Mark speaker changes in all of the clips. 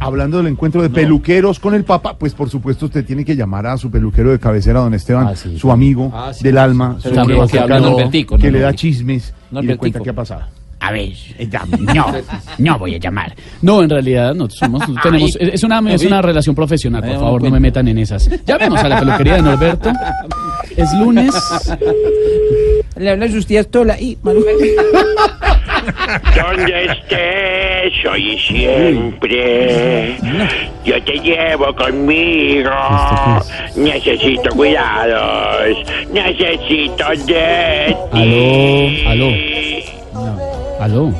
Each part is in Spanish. Speaker 1: Hablando del encuentro de peluqueros con el Papa, pues por supuesto usted tiene que llamar a su peluquero de cabecera, don Esteban,
Speaker 2: Ah, sí.
Speaker 1: su amigo
Speaker 3: Ah, sí,
Speaker 1: del
Speaker 3: sí,
Speaker 1: alma,
Speaker 2: sí.
Speaker 1: su
Speaker 2: Pero
Speaker 1: amigo
Speaker 2: que-
Speaker 1: más
Speaker 2: que hable
Speaker 1: cercano,
Speaker 2: Norbertico,
Speaker 1: que le da
Speaker 2: Norbertico.
Speaker 1: chismes y le cuenta
Speaker 2: Norbertico.
Speaker 1: qué ha pasado.
Speaker 2: A ver, eh, ya, no, no voy a llamar. No, en realidad no somos, no tenemos, es es una, es una relación profesional, por favor, no me metan en esas. Llamemos a la peluquería de Norberto. Es lunes.
Speaker 4: Le hablan sus tías Tola y
Speaker 5: Donde estés hoy y siempre, yo te llevo conmigo. Necesito cuidados, necesito de ti.
Speaker 2: Aló, aló. Aló.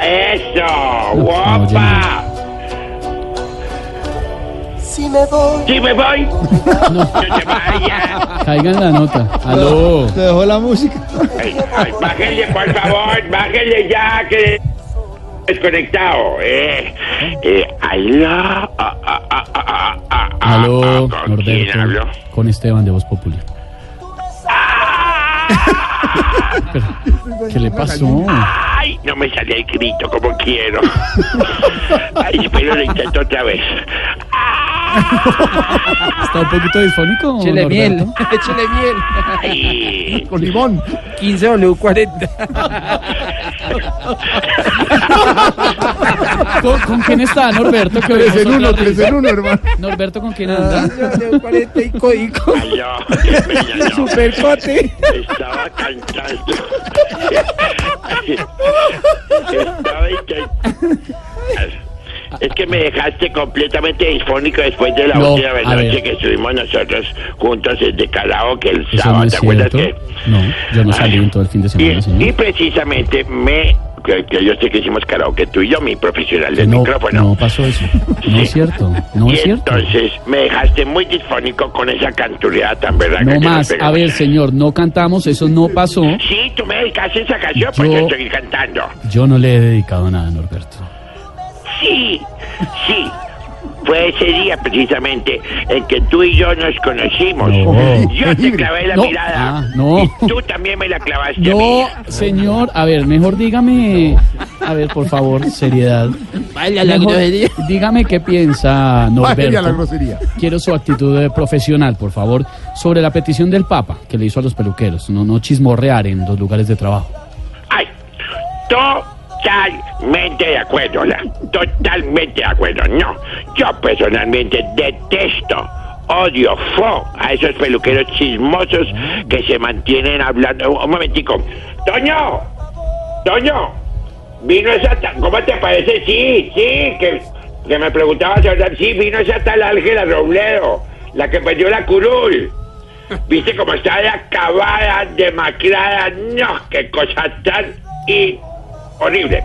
Speaker 5: Eso,
Speaker 2: no,
Speaker 5: guapa. Si me voy. No te vayas.
Speaker 2: Caigan la nota. Aló.
Speaker 5: Ay, ay, bájele, por favor, bájele ya, que desconectado. Eh, eh, aló, ah, ah, ah, ah, ah, ah,
Speaker 2: Aló,
Speaker 5: ah, ¿con quién
Speaker 2: Norberto.
Speaker 5: hablo?
Speaker 2: Con Esteban de Voz Populi. ¿Qué le pasó?
Speaker 5: Ay, no me sale el grito como quiero. Ay, espero lo intento otra vez.
Speaker 2: ¿Está un poquito disfónico?
Speaker 4: Échele miel,
Speaker 2: Norberto?
Speaker 4: échele miel.
Speaker 5: Ay,
Speaker 1: Con limón.
Speaker 4: 15W40.
Speaker 2: ¿Con, con quién está Norberto? Que
Speaker 1: Tres en
Speaker 2: oímos
Speaker 1: uno,
Speaker 2: otra
Speaker 1: tres en uno, hermano.
Speaker 2: Norberto, ¿con quién
Speaker 4: Ah.
Speaker 2: anda?
Speaker 4: 15W40 y código.
Speaker 5: aló, qué pena, no.
Speaker 4: Supercote.
Speaker 5: Estaba cantando. Estaba intentando. Es que me dejaste completamente disfónico después de la
Speaker 2: No,
Speaker 5: última
Speaker 2: a ver.
Speaker 5: noche que estuvimos nosotros juntos desde Calabozo que el
Speaker 2: Eso
Speaker 5: sábado.
Speaker 2: no es
Speaker 5: ¿Te acuerdas
Speaker 2: cierto.
Speaker 5: que?
Speaker 2: No, yo no salí en todo el fin de semana,
Speaker 5: Y-
Speaker 2: señor.
Speaker 5: Y, precisamente me. Que, que yo sé que hicimos karaoke tú y yo, mi profesional del
Speaker 2: no,
Speaker 5: micrófono.
Speaker 2: no pasó eso. No es cierto. No
Speaker 5: y
Speaker 2: es cierto.
Speaker 5: entonces me dejaste muy disfónico con esa canturada tan verdad
Speaker 2: No
Speaker 5: que nos
Speaker 2: más. A
Speaker 5: pegamos.
Speaker 2: ver, señor, no cantamos. Eso no pasó.
Speaker 5: Sí, tú me dedicaste esa canción, pues
Speaker 2: Yo-
Speaker 5: yo estoy cantando.
Speaker 2: Yo no le he dedicado nada a Norberto.
Speaker 5: Sí, sí. Fue ese día precisamente en que tú y yo nos conocimos.
Speaker 2: No.
Speaker 5: Yo te clavé la
Speaker 2: No.
Speaker 5: mirada.
Speaker 2: Ah, no.
Speaker 5: Y tú también me la clavaste a mí.
Speaker 2: No, señor. A ver, mejor dígame. A ver, por favor, seriedad.
Speaker 4: Vaya la
Speaker 2: Mejor,
Speaker 4: grosería.
Speaker 2: dígame qué piensa
Speaker 1: Vaya la
Speaker 2: Norberto.
Speaker 1: grosería.
Speaker 2: Quiero su actitud eh, profesional, por favor, sobre la petición del Papa que le hizo a los peluqueros, no, no chismorrear en los lugares de trabajo.
Speaker 5: Ay, totalmente de acuerdo, la. Totalmente de acuerdo. No, yo personalmente detesto. Odio, fo, a esos peluqueros chismosos que se mantienen hablando. Un momentico. Toño, Toño, vino esa tal, ¿cómo te parece? Sí, sí, que, que me preguntabas ahora, sí, vino esa tal Ángela Robledo, la que perdió la curul. ¿Viste cómo está de acabada, demacrada? No, qué cosa tan y horrible.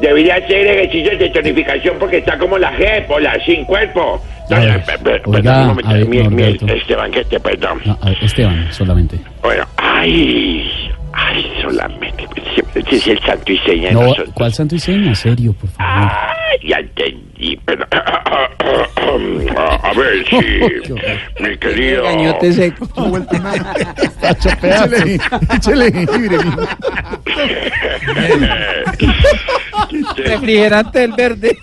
Speaker 5: Debería hacer ejercicios de tonificación porque está como la G, o la sin cuerpo. No,
Speaker 2: A
Speaker 5: no,
Speaker 2: ver,
Speaker 5: per- per-
Speaker 2: oiga,
Speaker 5: perdón, un momento,
Speaker 2: a ver,
Speaker 5: mi- mi-
Speaker 2: Norberto.
Speaker 5: Esteban, que te perdón.
Speaker 2: No, a ver, Esteban, solamente.
Speaker 5: Bueno, ay, ay, solamente. Siempre es el santo y seña de
Speaker 2: No,
Speaker 5: nosotros.
Speaker 2: ¿cuál santo y seña? Serio, por favor.
Speaker 5: Ay, ya entendí, pero... A ver si... Mi querido...
Speaker 4: Cañote seco.
Speaker 1: No ha vuelto nada. Está chopeado. Échele, échele jengibre, mijo.
Speaker 5: eh,
Speaker 4: Refrigerante del verde.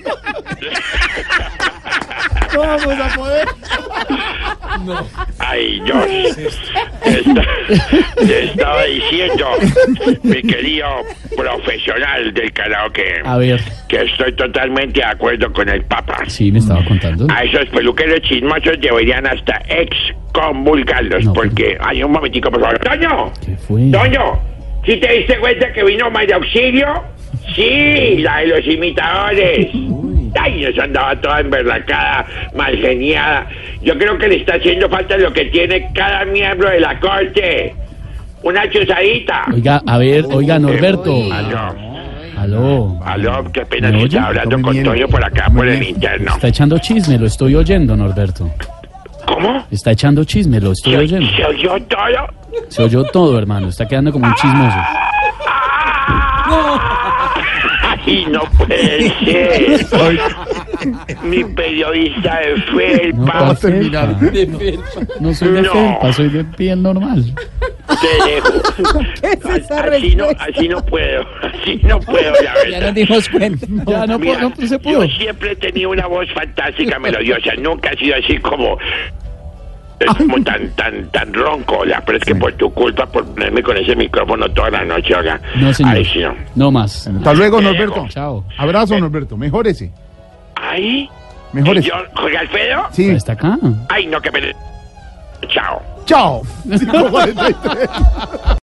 Speaker 5: Ay, Dios. Esta- Te estaba diciendo, mi querido profesional del karaoke,
Speaker 2: A ver,
Speaker 5: que estoy totalmente de acuerdo con el Papa.
Speaker 2: sí, me estaba contando.
Speaker 5: A esos peluqueros chismosos deberían hasta excomulgarlos,
Speaker 2: No, pero-
Speaker 5: porque... Ay, un momentico, por favor. ¡Toño!
Speaker 2: ¿Qué fue?
Speaker 5: Toño, ¿sí te diste cuenta que vino María Auxilio? Sí, la de los imitadores. Ay, nos andaba toda emberracada, mal geniada. Yo creo que le está haciendo falta lo que tiene cada miembro de la corte. Una chusadita.
Speaker 2: Oiga, a ver, oiga, Norberto.
Speaker 5: Aló,
Speaker 2: Aló.
Speaker 5: aló, qué pena
Speaker 2: ¿Me
Speaker 5: que
Speaker 2: oye?
Speaker 5: está hablando
Speaker 1: Tome
Speaker 5: con
Speaker 1: miel.
Speaker 5: Toño por acá,
Speaker 1: Tome
Speaker 5: por el
Speaker 1: miel.
Speaker 5: interno.
Speaker 2: Está echando chisme, lo estoy oyendo, Norberto.
Speaker 5: ¿Cómo?
Speaker 2: Está echando chisme, lo estoy
Speaker 5: ¿Se,
Speaker 2: oyendo.
Speaker 5: se oyó todo?
Speaker 2: Se oyó todo, hermano. Está quedando como un chismoso.
Speaker 5: Ah,
Speaker 4: Ah.
Speaker 5: Ay, no puede ser. Mi periodista de felpa.
Speaker 2: No, Ah.
Speaker 1: Vamos a terminar.
Speaker 2: No soy de
Speaker 5: No.
Speaker 2: felpa, soy de piel normal.
Speaker 5: te dejo.
Speaker 4: ¿Qué es esa
Speaker 5: Así no,
Speaker 4: respuesta?
Speaker 5: así no puedo, así no puedo, la
Speaker 4: Ya nos
Speaker 5: verdad.
Speaker 4: dimos cuenta.
Speaker 2: Ya no, po-
Speaker 5: Mira,
Speaker 2: no se pudo.
Speaker 5: Yo siempre he tenido una voz fantástica, melodiosa. Nunca ha sido así como. es como tan, tan, tan ronco, la pero es que por tu culpa, por ponerme con ese micrófono toda la noche, oiga.
Speaker 2: No, señor.
Speaker 5: Ay, sí, no.
Speaker 2: No más.
Speaker 1: Hasta luego, Norberto.
Speaker 2: Chao. Eh.
Speaker 1: Abrazo, Norberto. Mejórese.
Speaker 5: Ahí.
Speaker 1: Mejores.
Speaker 5: Señor Jorge Alfredo.
Speaker 1: Sí.
Speaker 2: Está acá.
Speaker 5: Ay, no, que me. Chao.
Speaker 1: Chao. 5:43.